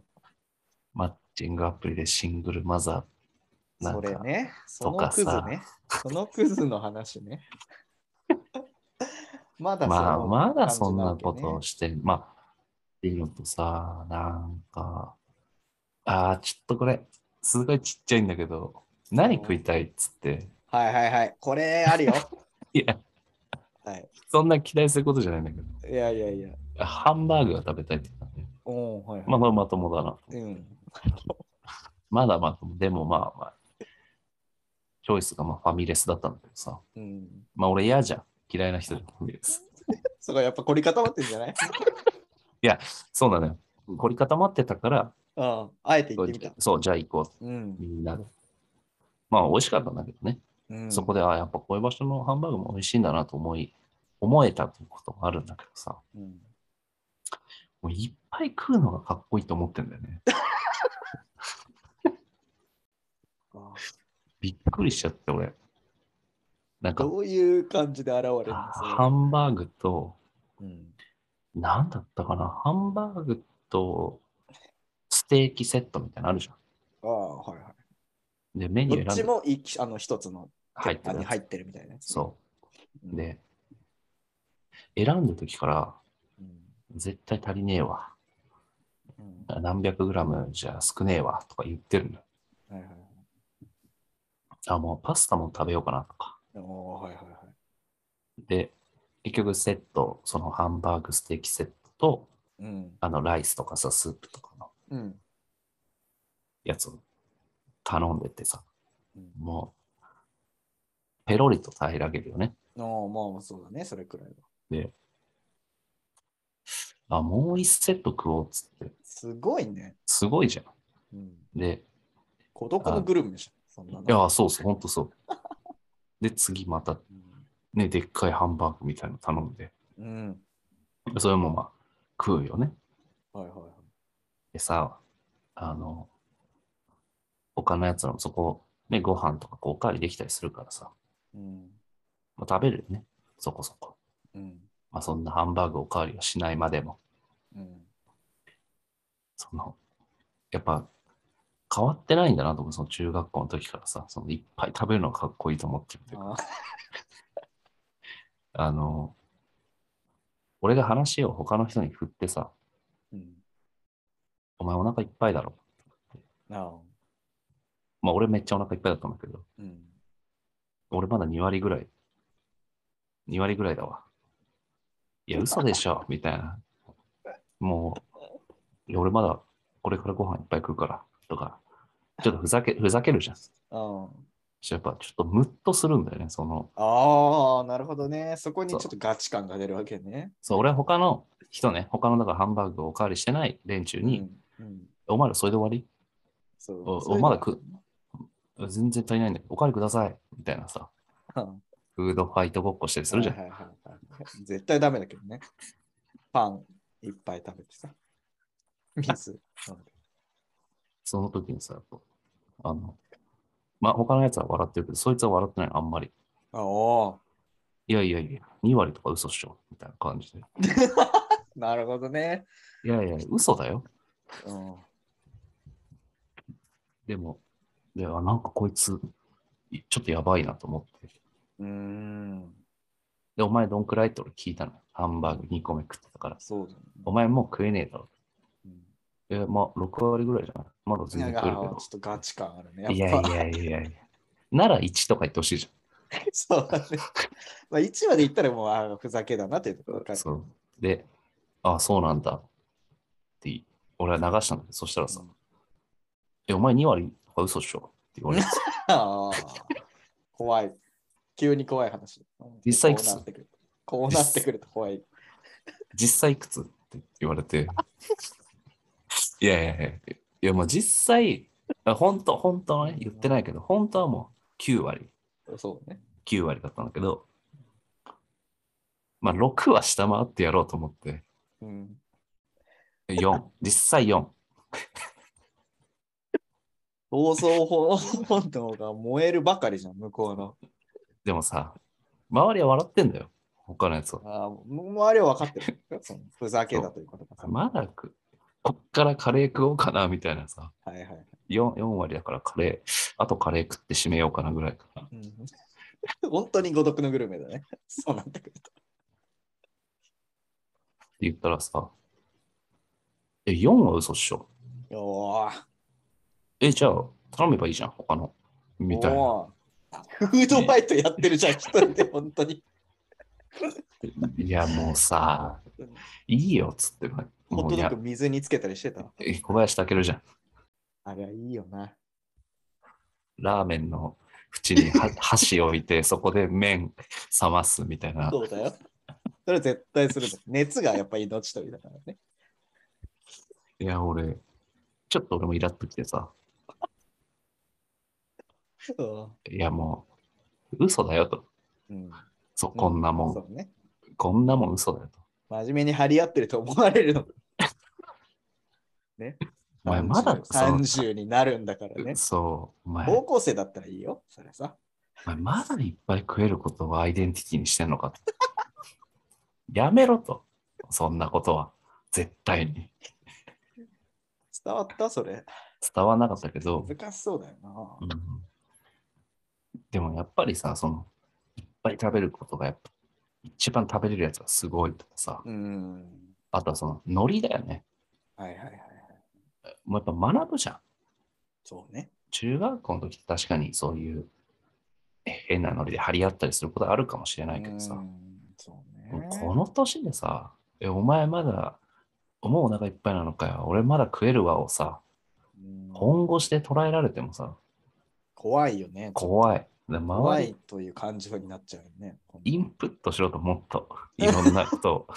Speaker 5: マッチングアプリでシングルマザー
Speaker 4: の。
Speaker 5: な
Speaker 4: そ
Speaker 5: ん
Speaker 4: れ
Speaker 5: か、
Speaker 4: ね。そ
Speaker 5: と
Speaker 4: の
Speaker 5: か
Speaker 4: クズ
Speaker 5: さ
Speaker 4: ね。そのクズの話ね。 <laughs> まだ
Speaker 5: まあ、
Speaker 4: その
Speaker 5: まだそんな
Speaker 4: 感じ
Speaker 5: こ
Speaker 4: わけね
Speaker 5: とをして、まあ、っていうのとさ、なんか、ああ、ちょっとこれ、すごいちっちゃいんだけど、何食いたいっつって、
Speaker 4: はいはいはい。これあるよ。
Speaker 5: いや、
Speaker 4: はい、
Speaker 5: そんな期待することじゃないんだけ
Speaker 4: いやいやいや。
Speaker 5: ど、ハンバーグが食べたいって言ったんで、
Speaker 4: うん、はい、はい。
Speaker 5: まあまあまともだな。
Speaker 4: うん。
Speaker 5: まだまとも、でもまあまあ、チョイスがまあファミレスだったんだけどさ、
Speaker 4: うん。
Speaker 5: まあ俺嫌じゃん。嫌いな人だファミレス。
Speaker 4: そこやっぱ凝り固まってん
Speaker 5: <laughs>
Speaker 4: じゃない
Speaker 5: そうなのよ。凝り固まってたから、
Speaker 4: うん。あえて言ってみた。
Speaker 5: そう、じゃあ行こう
Speaker 4: うん。
Speaker 5: みんなで。まあ、美味しかったんだけどね。
Speaker 4: うん、
Speaker 5: そこで、あやっぱこういう場所のハンバーグも美味しいんだなと思い、思えたということもあるんだけどさ、
Speaker 4: うん
Speaker 5: もういっぱい食うのがかっこいいと思ってんだよね。
Speaker 4: あ
Speaker 5: びっくりしちゃって、俺。なんか、
Speaker 4: どういう感じで現れるんで
Speaker 5: あ
Speaker 4: すか、
Speaker 5: ハンバーグと、
Speaker 4: うん、
Speaker 5: なんだったかな、ハンバーグとステーキセットみたいなのあるじゃ
Speaker 4: ああ、はいは
Speaker 5: ん。で、メニュ
Speaker 4: い。ど
Speaker 5: ー
Speaker 4: っち
Speaker 5: 選んで
Speaker 4: もいあの一つの
Speaker 5: 入って
Speaker 4: あ
Speaker 5: る
Speaker 4: に
Speaker 5: や
Speaker 4: 入
Speaker 5: つ。
Speaker 4: ってるみたいなやつ。
Speaker 5: そうう。
Speaker 4: ん、
Speaker 5: で、選んだ時から、
Speaker 4: うん
Speaker 5: 絶対足りねえわ。
Speaker 4: うん
Speaker 5: 何百グラムじゃ少ねえわとか言ってるのよ。
Speaker 4: はいはいはい
Speaker 5: あ、もうパスタも食べようかなとか。
Speaker 4: おーはいはいはい
Speaker 5: で、結局セット、そのハンバーグステーキセットと、
Speaker 4: うん
Speaker 5: あのライスとかさ、スープとかの
Speaker 4: うん
Speaker 5: やつを頼んでってさ、
Speaker 4: うん
Speaker 5: もう、ペロリと平らげるよね。
Speaker 4: おーまあまあそうだね、それくらいは。
Speaker 5: あ、もう一セット食おうっつって、
Speaker 4: すごいね。
Speaker 5: すごいじゃ
Speaker 4: うん、
Speaker 5: ん。で、
Speaker 4: 孤独のグルメじゃん、そんないの。
Speaker 5: や、そうそう、ほんとそう。で、次またね、でっかいハンバーグみたいの頼んで、
Speaker 4: うん、うん。
Speaker 5: それもまあ、食うよね。
Speaker 4: はいはいはい。
Speaker 5: でさ、あの、他のやつらもそこ、ね、ご飯とかこうおかわりできたりするからさ、
Speaker 4: うん
Speaker 5: まあ、食べるよね、そこそこ。
Speaker 4: うん
Speaker 5: まあ、そんなハンバーグおかわりはしないまでも。
Speaker 4: うん
Speaker 5: その、やっぱ変わってないんだなと思う、その中学校の時からさ、そのいっぱい食べるのがかっこいいと思ってるというか
Speaker 4: あー
Speaker 5: <laughs> あの、俺が話を他の人に振ってさ、
Speaker 4: うん。
Speaker 5: お前お腹いっぱいだろ。
Speaker 4: あー
Speaker 5: まあ俺めっちゃお腹いっぱいだったんだけど、
Speaker 4: うん。
Speaker 5: 俺まだ2割ぐらい、2割ぐらいだわ。いや、嘘でしょ、みたいな。もう、いや俺まだこれからご飯いっぱい食うから、とか、ちょっとふざけ、ふざけるじゃん。
Speaker 4: あー
Speaker 5: やっぱちょっとムッとするんだよね、その、
Speaker 4: あー、なるほどね。そこにち
Speaker 5: そ
Speaker 4: ょ
Speaker 5: う
Speaker 4: っとガチ感が出るわけね。
Speaker 5: そう、俺は他の人ね、他のだからハンバーグをおかわりしてない連中に、
Speaker 4: うん。うん
Speaker 5: お前らそれで終わ
Speaker 4: そう
Speaker 5: お
Speaker 4: そういうの
Speaker 5: まだ食うり全然足りないんだけど、おかわりくださいみたいなさ、
Speaker 4: うん
Speaker 5: フードファイトごっこしたりするじゃん。
Speaker 4: はいはいはいはい絶対ダメだけどね。パンいっぱい食べてさ。水飲んで。
Speaker 5: その時にさ、あの、まあ、他のやつは笑ってるけど、そいつは笑ってないの、あんまり。
Speaker 4: ああ、
Speaker 5: いやいやいや、2割とか嘘っしょ、みたいな感じで。
Speaker 4: なるほどね。
Speaker 5: いやいや、嘘だよ。
Speaker 4: うん。
Speaker 5: でも、であなんかこいつ、いちょっとやばいなと思って。
Speaker 4: うーん。
Speaker 5: で、お前どんくらいって俺聞いたの。ハンバーグ2個目食ってたから。
Speaker 4: そうだね。
Speaker 5: お前もう食えねえだろ。
Speaker 4: うん
Speaker 5: え、まあ、6割ぐらいじゃないまだ全
Speaker 4: な
Speaker 5: 然
Speaker 4: んか
Speaker 5: 食える
Speaker 4: あーちょっとガチ感あるね。やっぱ
Speaker 5: けど。いやいやいやいやいや。なら1とか言ってほしいじ
Speaker 4: <laughs> そうだね。まあ、1まで言ったらもうあーふざけだなっていうところ
Speaker 5: ゃ
Speaker 4: か
Speaker 5: ん。
Speaker 4: る。
Speaker 5: そう。で、あそうなんだって、俺は流したんだけど、そしたらさ、
Speaker 4: うん
Speaker 5: え、お前2割とか嘘っしょって言われて、 <laughs>
Speaker 4: あー怖い。急に怖い話。
Speaker 5: 実際いく
Speaker 4: こう
Speaker 5: つ
Speaker 4: なってくる。こうなってくると怖い。
Speaker 5: 実際いくつって言われて、いやいやいやって、いやもう実際、あ本当、本当はね、言ってないけど、本当はもう9割、
Speaker 4: そうね。
Speaker 5: 9割だったんだけど、まあ6は下回ってやろうと思って、
Speaker 4: うん。
Speaker 5: 4、実際4。
Speaker 4: 暴走本能が燃えるばかりじゃん、向こうの。
Speaker 5: でもさ、周りは笑ってんだよ、他のやつは。
Speaker 4: ああ、周りは分かってる。そのふざけだということがさ。
Speaker 5: まだく、こっからカレー食おうかな、みたいなさ。
Speaker 4: はいはい。
Speaker 5: 4, 4割だからカレー、あとカレー食って締めようかなぐらいかな。
Speaker 4: うん、本当に孤独のグルメだね。そうなってくると。
Speaker 5: って言ったらさ、え、4は嘘っしょ。
Speaker 4: おー
Speaker 5: え、じゃあ頼めばいいじゃん、他の。みたいな。
Speaker 4: おーフードファイトやってるじゃん、一人で本当に。
Speaker 5: いや、もうさ、いいよ、つって。も
Speaker 4: ホッ
Speaker 5: う
Speaker 4: ト
Speaker 5: い
Speaker 4: ドッ
Speaker 5: や
Speaker 4: グ、水につけたりしてた。
Speaker 5: え小林武じゃん。
Speaker 4: あれはいいよな。
Speaker 5: ラーメンの縁に
Speaker 4: <laughs>
Speaker 5: は箸置いて、そこで麺冷ますみたいな。
Speaker 4: そうだよ。それ絶対する。
Speaker 5: <laughs>
Speaker 4: 熱がやっぱ命取りだからね。
Speaker 5: いや、俺、ちょっと俺もイラっときてさ、いや、もう、嘘だよと。
Speaker 4: うん、
Speaker 5: そう、こんなもん、
Speaker 4: そうね。
Speaker 5: こんなもん嘘だよと。
Speaker 4: 真面目に張り合ってると思われるの。ね。
Speaker 5: お前まだ
Speaker 4: 30
Speaker 5: その
Speaker 4: ?30 になるんだからね。
Speaker 5: そう、お前、
Speaker 4: 高
Speaker 5: お
Speaker 4: 校生だったらいいよ、それさ。
Speaker 5: 前まだいっぱい食えることをアイデンティティにしてんのかと。やめろと。そんなことは、絶対に。
Speaker 4: 伝わったそれ。
Speaker 5: 伝わらなかったけど、
Speaker 4: 難しそうだよな
Speaker 5: う。ん、でもやっぱりさ、その、いっぱい食べることが、やっぱ、一番食べれるやつがすごいとかさ、
Speaker 4: うん。
Speaker 5: あとはその、海苔だよね。
Speaker 4: はいはいはい。
Speaker 5: もうやっぱ学ぶじゃん。
Speaker 4: そうね。
Speaker 5: 中学校の時って確かにそういうえ変なノリで張り合ったりすることあるかもしれないけど
Speaker 4: う
Speaker 5: さ、
Speaker 4: んそうね。
Speaker 5: この年でさ、え、お前まだ、もうお腹いっぱいなのかよ、俺まだ食えるわをさ、
Speaker 4: うん
Speaker 5: 本腰で捉えられてもさ、
Speaker 4: 怖いよね。
Speaker 5: 怖い。で
Speaker 4: 怖
Speaker 5: 周り
Speaker 4: い、という感情になっちゃうよね。
Speaker 5: インプットしろともっと、いろんなこと
Speaker 4: <laughs>
Speaker 5: を。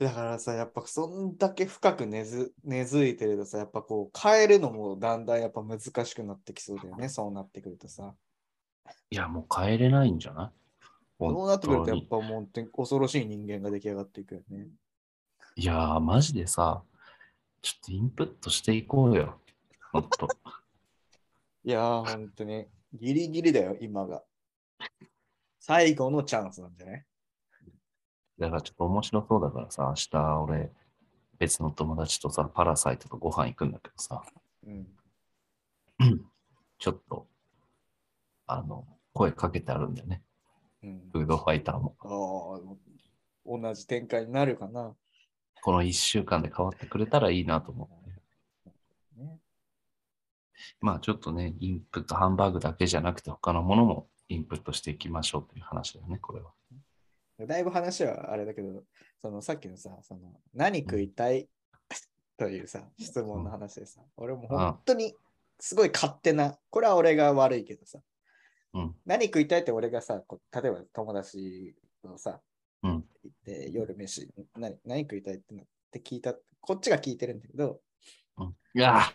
Speaker 4: だからさ、やっぱそんだけ深く根付根付いてるとさ、やっぱこう変えるのもだんだんやっぱ難しくなってきそうだよね。そうなってくるとさ。
Speaker 5: いや、もう変えれないんじゃない
Speaker 4: そうなってくるとやっ
Speaker 5: 本
Speaker 4: ぱもう本当に恐ろしい人間が出来上がっていくよね。
Speaker 5: 当にいやー、マジでさ、ちょっとインプットしていこうよ。もっ
Speaker 4: <laughs>
Speaker 5: と。
Speaker 4: いやー、本当に。ギリギリだよ、今が。最後のチャンスなんじゃない
Speaker 5: だからちょっと面白そうだからさ、明日俺、別の友達とさ、パラサイトとご飯行くんだけどさ、
Speaker 4: うん。
Speaker 5: ちょっと、あの、声かけてあるんだよね。
Speaker 4: うん
Speaker 5: フードファイターも。
Speaker 4: ああ、同じ展開になるかな。
Speaker 5: この1週間で変わってくれたらいいなと思う、ね。
Speaker 4: ね、
Speaker 5: まあちょっとね、インプット、ハンバーグだけじゃなくて他のものもインプットしていきましょうという話だよね、これは。
Speaker 4: だいぶ話はあれだけど、そのさっきのさ、その何食いたい <laughs> というさ、質問の話でさ、俺も本当にすごい勝手な、これは俺が悪いけどさ、
Speaker 5: うん。
Speaker 4: 何食いたいって俺がさ、こう例えば友達のさ、
Speaker 5: うん
Speaker 4: 行って夜飯何、何食いたいってなって聞いた、こっちが聞いてるんだけど、
Speaker 5: うん、いやー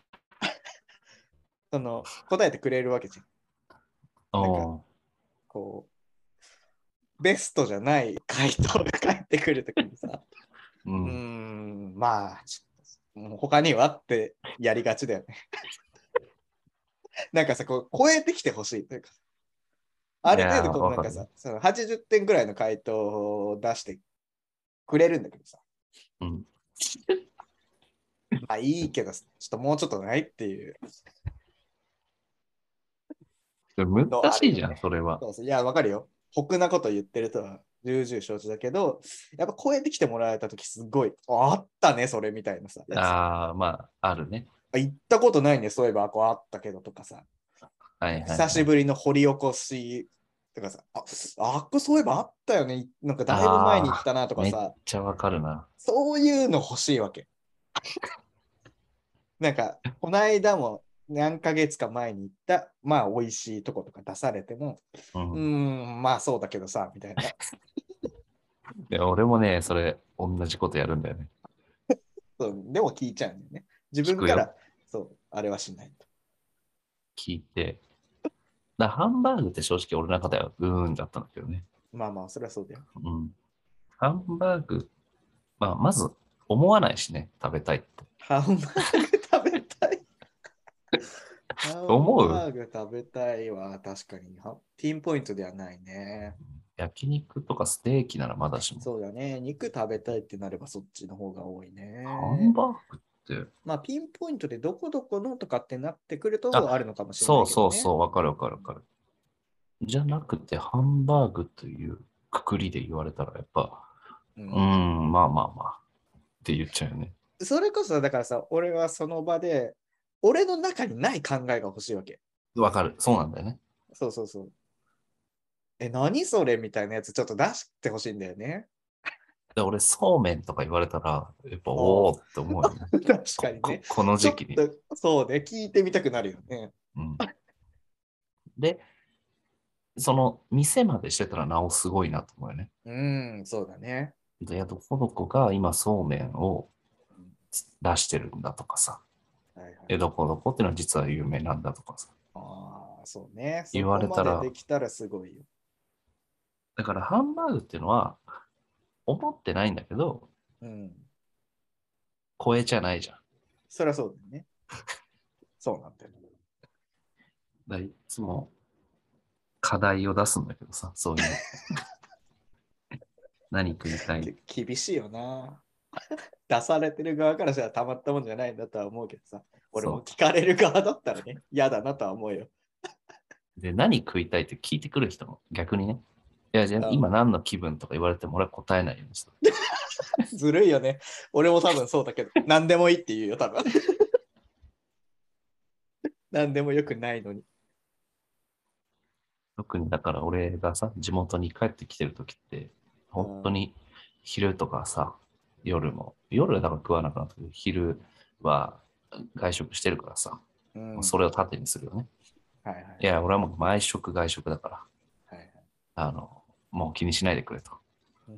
Speaker 4: その答えてくれるわけじゃん。なんか
Speaker 5: おー
Speaker 4: こう、ベストじゃない回答が返ってくるときにさ、
Speaker 5: う
Speaker 4: うー
Speaker 5: ん、
Speaker 4: ん、まあ、ちょっともう他にはってやりがちだよね。 <laughs> なんかさ、こう超えてきてほしいというか、ある程度こ
Speaker 5: い
Speaker 4: う
Speaker 5: やー
Speaker 4: なんか
Speaker 5: わ
Speaker 4: さ、その80点ぐらいの回答を出してくれるんだけどさ、
Speaker 5: うん。
Speaker 4: まあいいけど、ちょっともうちょっとないっていう。
Speaker 5: でも難しいじゃん、それは。
Speaker 4: そうそういや、わかるよ。酷なこと言ってるとは重々承知だけど、やっぱ超えてきてもらえたときすごい、ああったね、それみたいなさ。
Speaker 5: ああ、まあ、あるね。
Speaker 4: 行ったことないね、そういえば、こうあったけどとかさ。
Speaker 5: はいはい、はい。
Speaker 4: 久しぶりの掘り起こしとかさ、ああっこそういえばあったよね、なんかだいぶ前に行ったなとか
Speaker 5: あ
Speaker 4: さ、
Speaker 5: めっちゃわかるな。
Speaker 4: そういうの欲しいわけ。 <laughs> なんか、この間も何ヶ月か前に行った、まあ美味しいとことか出されても、
Speaker 5: う
Speaker 4: うんーん、まあそうだけどさ、みたいな。
Speaker 5: で俺もね、それ、同じことやるんだよね。
Speaker 4: そうでも聞いちゃうんだよね。自分から、そう、あれはしないと。
Speaker 5: 聞いて。だハンバーグって正直俺の中ではうーんだったんだけどね。
Speaker 4: まあまあ、それはそうだよ。
Speaker 5: うん。ハンバーグ、まあ、まず思わないしね、食べたいって。
Speaker 4: ハンバーグ食べたい。
Speaker 5: <laughs> 思う
Speaker 4: ハンバーグ食べたいは確かにはピンポイントではないね。
Speaker 5: 焼肉とかステーキならまだしも。
Speaker 4: そうだね。肉食べたいってなればそっちの方が多いね。
Speaker 5: ハンバーグって、
Speaker 4: まあピンポイントでどこどこのとかってなってくると
Speaker 5: あ
Speaker 4: あるのかもしれな
Speaker 5: そ
Speaker 4: いうけ
Speaker 5: そ
Speaker 4: ど、ね。
Speaker 5: うそう、わかるわかるわかる。じゃなくて、ハンバーグというくくりで言われたら、やっぱ、
Speaker 4: う
Speaker 5: うんーん、まあまあまあ、って言っちゃうよね。
Speaker 4: それこそだからさ、俺はその場で、俺の中にない考えが欲しいわけ。
Speaker 5: わかる。そうなんだよね。
Speaker 4: そうそうそう。え、何それみたいなやつちょっと出してほしいんだ
Speaker 5: <laughs>
Speaker 4: よね。
Speaker 5: で俺、そうめんとか言われたら、やっぱ、おおって思うよね。
Speaker 4: 確かに
Speaker 5: こ
Speaker 4: ね。
Speaker 5: ここの時期に
Speaker 4: ち。ょっとそうね、聞いてみたくなるよね。
Speaker 5: うんで、その店までしてたらなおすごいなと思うよね。
Speaker 4: うん、そうだね。
Speaker 5: で、やっとこの子が今そうめんを出してるんだとかさ、
Speaker 4: はいはい、
Speaker 5: え、どこどこってのは実は有名なんだとかさ。
Speaker 4: ああ、そうね。
Speaker 5: 言われたら
Speaker 4: そこまでできたらすごいよ。
Speaker 5: だからハンバーグっていうのは思ってないんだけど、
Speaker 4: うん。
Speaker 5: 超えちゃないじゃん。
Speaker 4: そりゃそう
Speaker 5: <laughs>
Speaker 4: だよね。そうなんだよね。
Speaker 5: だいつも課題を出すんだけどさ、そういう。何食いたい
Speaker 4: き厳しいよな。 <laughs> 出されてる側からしたらたまったもんじゃないんだとは思うけどさ。俺も聞かれる側だったら
Speaker 5: <laughs>
Speaker 4: ね、嫌だなとは思うよ。
Speaker 5: で、何食いたいって聞いてくる人も逆にね。いや、じゃあ
Speaker 4: うん
Speaker 5: 今何の気分とか言われても俺は答えないようにした。
Speaker 4: ずるいよね。俺も多分そうだ
Speaker 5: <laughs>
Speaker 4: けど、何でもいいって言うよ、多分。 <laughs> 何でもよくないのに。
Speaker 5: 特にだから俺がさ、地元に帰ってきてる時って、本当に昼とかさ、夜も、夜はだから食わなくなったけど、昼は外食してるからさ、
Speaker 4: うん
Speaker 5: それを盾にするよね。
Speaker 4: はいはい
Speaker 5: いや、俺はもう毎食外食だから、
Speaker 4: はいはい。
Speaker 5: あの、もう気にしないでくれと。
Speaker 4: うん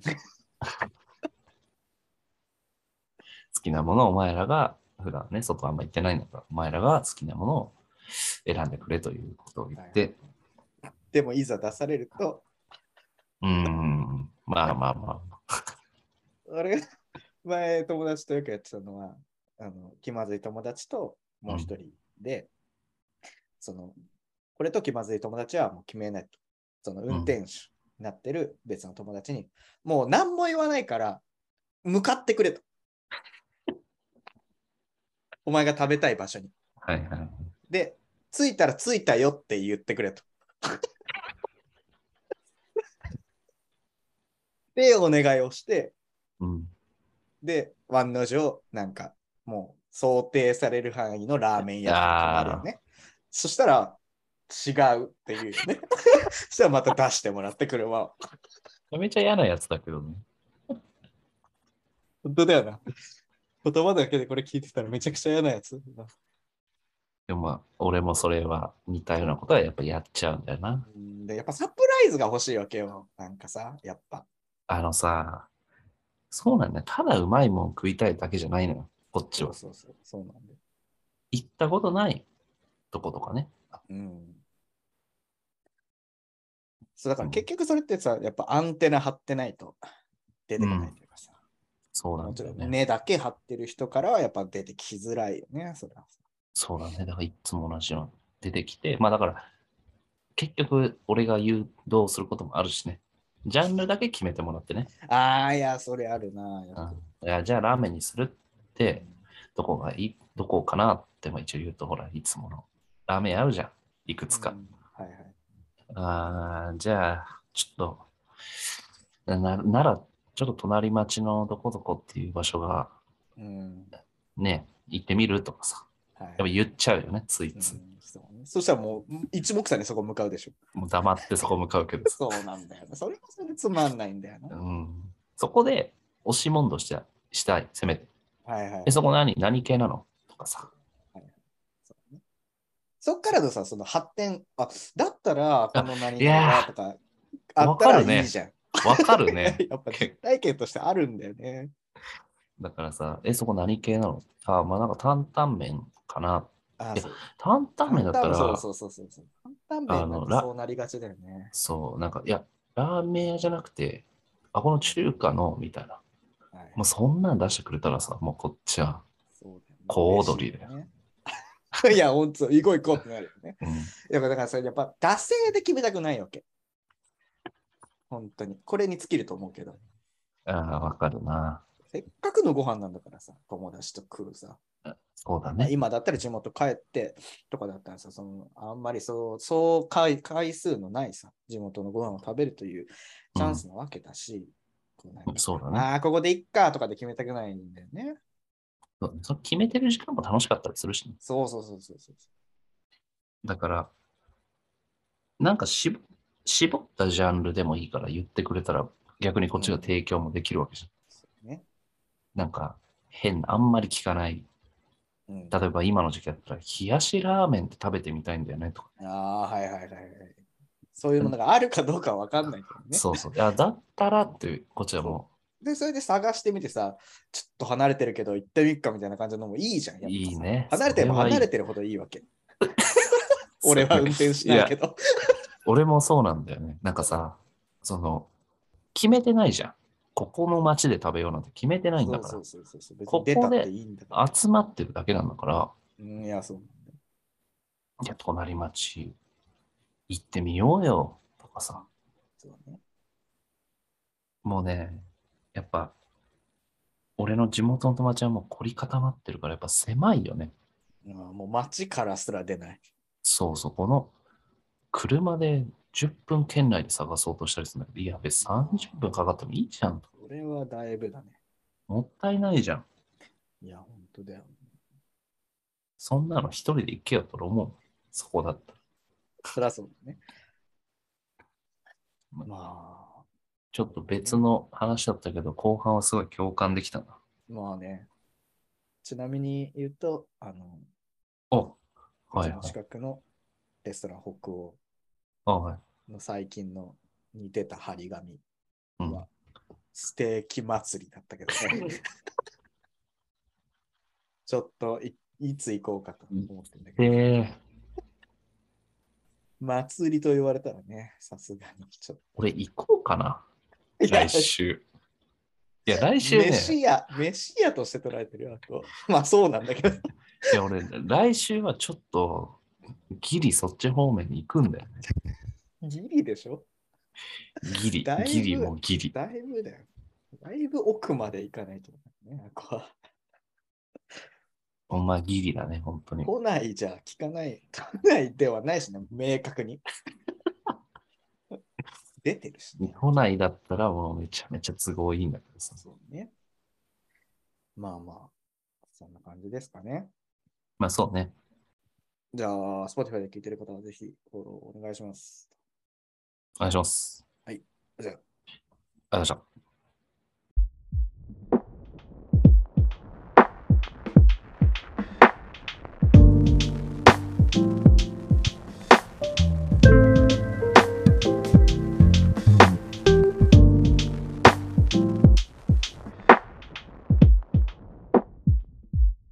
Speaker 5: 好きなものをお前らが、普段ね、外あんま行ってないんだから、お前らが好きなものを選んでくれということを言って、
Speaker 4: でもいざ出されると、
Speaker 5: うーん、まあまあまあ。
Speaker 4: 俺が <laughs> 前友達とよくやってたのは、あの気まずい友達ともう一人で、その、これと気まずい友達はもう決めないと。その運転手になってる別の友達に、もう何も言わないから、向かってくれと。お前が食べたい場所に。
Speaker 5: はいはい。
Speaker 4: で、着いたら着いたよって言ってくれと。 <laughs> で、お願いをして、
Speaker 5: うん。
Speaker 4: で、ワンの定、なんか、もう想定される範囲のラーメン屋があるよね。そしたら、違うっていうね。 <laughs> そしたらまた出してもらって車を。
Speaker 5: めちゃめちゃ嫌なやつだけどね。
Speaker 4: 本当だよな。言葉だけでこれ聞いてたらめちゃくちゃ嫌なやつ。
Speaker 5: でもまあ、俺もそれは似たようなことはやっぱやっちゃうんだよな。
Speaker 4: うんで、やっぱサプライズが欲しいわけよ。なんかさ、やっぱ。
Speaker 5: あのさ、そうなんだよ。ただうまいもん食いたいだけじゃないのよ。こっち
Speaker 4: そう
Speaker 5: は。
Speaker 4: そうそう、そうなんで。
Speaker 5: 行ったことないとことかね。
Speaker 4: うん。そうだから結局それってさ、やっぱアンテナ張ってないと出てこないというかさ、
Speaker 5: そうな
Speaker 4: も
Speaker 5: ん
Speaker 4: ち
Speaker 5: だ
Speaker 4: ろ
Speaker 5: よ
Speaker 4: ん
Speaker 5: ね。
Speaker 4: 目だけ張ってる人からはやっぱ出てきづらいよね、それは。
Speaker 5: そうだね。だからいつも同じの出てきて、まあだから、結局俺が誘導することもあるしね。ジャンルだけ決めてもらってね。
Speaker 4: ああ、いや、それあるな。やっ
Speaker 5: う
Speaker 4: ぱ
Speaker 5: んいやじゃあラーメンにするって、どこがいい、どこかなってまあ一応言うと、ほら、いつものラーメンあるじゃん。いくつか。
Speaker 4: うんはいはい。
Speaker 5: あーじゃあ、ちょっと、ななら、ちょっと隣町のどこどこっていう場所が、
Speaker 4: うん。
Speaker 5: ね、行ってみるとかさ、
Speaker 4: はい
Speaker 5: やっぱ言っちゃうよね、つい
Speaker 4: うん
Speaker 5: つい。
Speaker 4: そうねそしたらもう一目散にそこ向かうでしょ。
Speaker 5: もう黙ってそこ向かうけどさ。
Speaker 4: そうなんだよね。それもそれでつまんないんだよ
Speaker 5: う
Speaker 4: な。
Speaker 5: ん、そこで、押し問答したしたい、せめて。
Speaker 4: はいはい
Speaker 5: え、。そこ何、何系なのとかさ。
Speaker 4: そうねそっからのさ、その発展、あだったら、この何
Speaker 5: いや
Speaker 4: 々
Speaker 5: ー
Speaker 4: とか、あった
Speaker 5: わかる
Speaker 4: ら
Speaker 5: ね
Speaker 4: いいじゃん。
Speaker 5: わかる <laughs> ね。
Speaker 4: <laughs> やっぱ実体験としてあるんだよね。
Speaker 5: だからさ、え、そこ何系なのあ、まあなんか担々麺かな。
Speaker 4: あ
Speaker 5: いや担々麺だったら、
Speaker 4: そうそうそうそうそう。担々麺
Speaker 5: あ
Speaker 4: だ
Speaker 5: の
Speaker 4: と
Speaker 5: ラ
Speaker 4: そうなりがちだよね。
Speaker 5: そう、なんか、いや、ラーメン屋じゃなくて、あ、この中華の、みたいな。
Speaker 4: はい
Speaker 5: もうそんなん出してくれたらさ、もうこっちは、
Speaker 4: そうだよね
Speaker 5: 小躍りだよ
Speaker 4: 嬉 <laughs> しいよねいや、ほんと、行こう行こうってなるよね。
Speaker 5: うん、
Speaker 4: やっぱだからそれやっぱ、惰性で決めたくないわけ。本当に。これに尽きると思うけど。
Speaker 5: ああ、わかるな。
Speaker 4: せっかくのご飯なんだからさ、友達と食うさ。
Speaker 5: そうだ
Speaker 4: まあ
Speaker 5: ね。
Speaker 4: 今だったら地元帰ってとかだったらさ、そのあんまりそう、そう回回数のないさ、地元のご飯を食べるというチャンスなわけだし、こうなんか
Speaker 5: そうだね。
Speaker 4: ああ、ここでいっかとかで決めたくないんだよね。
Speaker 5: そうその決めてる時間も楽しかったりするしね、
Speaker 4: そうそうそうそうそう。
Speaker 5: だから、なんかし絞ったジャンルでもいいから言ってくれたら、逆にこっちが提供もできるわけじゃん。
Speaker 4: そうね。
Speaker 5: なんか、変な、あんまり聞かない。
Speaker 4: うん、あ
Speaker 5: 例えば今の時期だったら、冷やしラーメンって食べてみたいんだよねとか。
Speaker 4: あー、はいはいはいはい。そういうものがあるかどうかは分かんないけどね。
Speaker 5: そうそう。いや、だったらって、こっちはも
Speaker 4: で、それで探してみてさ、ちょっと離れてるけど行ってみっかみたいな感じのもいいじゃん。や
Speaker 5: う、
Speaker 4: っぱさ
Speaker 5: いいね。
Speaker 4: 離れても
Speaker 5: そはいい
Speaker 4: 離れてるほどいいわけ。俺は運転しないけど。
Speaker 5: 俺もそうなんだよね。なんかさ、その、決めてないじゃん。ここの町で食べようなんて決めてないんだから
Speaker 4: そう。そうそうそう。別
Speaker 5: こ
Speaker 4: に
Speaker 5: こ
Speaker 4: 出
Speaker 5: で
Speaker 4: たっていいんだから。
Speaker 5: 集まってるだけなんだから、
Speaker 4: うん、いや、そう。
Speaker 5: いや、隣町行ってみようよとかさ。
Speaker 4: そうね。
Speaker 5: もうね、やっぱ、俺の地元の友達はもう凝り固まってるから、やっぱ狭いよね。
Speaker 4: うんもう街からすら出ない。
Speaker 5: そうそう、この、車で10分圏内で探そうとしたりするんだけど、いや、別に30分かかってもいいじゃん。
Speaker 4: これはだいぶだね。
Speaker 5: もったいないじゃん。
Speaker 4: いや、本当だよ。
Speaker 5: そんなの一人で行けよと俺思う。そこだったら。
Speaker 4: そりゃそうだね。
Speaker 5: まあ
Speaker 4: まあ、
Speaker 5: ちょっと別の話だったけど、後半はすごい共感できたな。
Speaker 4: まあね。ちなみに言うと、あの、
Speaker 5: お
Speaker 4: う
Speaker 5: は
Speaker 4: ち
Speaker 5: い
Speaker 4: の
Speaker 5: は
Speaker 4: 近
Speaker 5: い。
Speaker 4: くのレストラン北欧
Speaker 5: あはい。
Speaker 4: の最近のに出た張り紙
Speaker 5: うん
Speaker 4: は、ステーキ祭りだったけど
Speaker 5: <laughs>
Speaker 4: ね。ちょっとい、いつ行こうかと思ってんだけど。
Speaker 5: えー、
Speaker 4: 祭りと言われたらね、さすがにちょっ
Speaker 5: 俺行こうかな。
Speaker 4: と。
Speaker 5: 来週。いや、来週ね。
Speaker 4: メシア、メシアとして捉えてるよ、
Speaker 5: <laughs>
Speaker 4: あと。まあそうなんだけど。
Speaker 5: いや、俺、来週はちょっと、ギリそっち方面に行くんだよね。
Speaker 4: ギリでしょ
Speaker 5: ギリ
Speaker 4: だい、ぶ
Speaker 5: ギリもギリ。
Speaker 4: だいぶだよ。だいぶ奥まで行かないと思うね、ここは
Speaker 5: お前ギリだね、本当に。
Speaker 4: 来ないじゃ聞かない。来ないではないしね、明確に。 <laughs> 出てるしね。
Speaker 5: 来ないだったらもうめちゃめちゃ都合いいんだけどさ。
Speaker 4: そうね。まあまあ、そんな感じですかね。
Speaker 5: まあそうね。
Speaker 4: じゃあ、Spotify で聞いてる方はぜひフォローお願いします。
Speaker 5: お願いします。
Speaker 4: じゃあ
Speaker 5: ありがとうございました。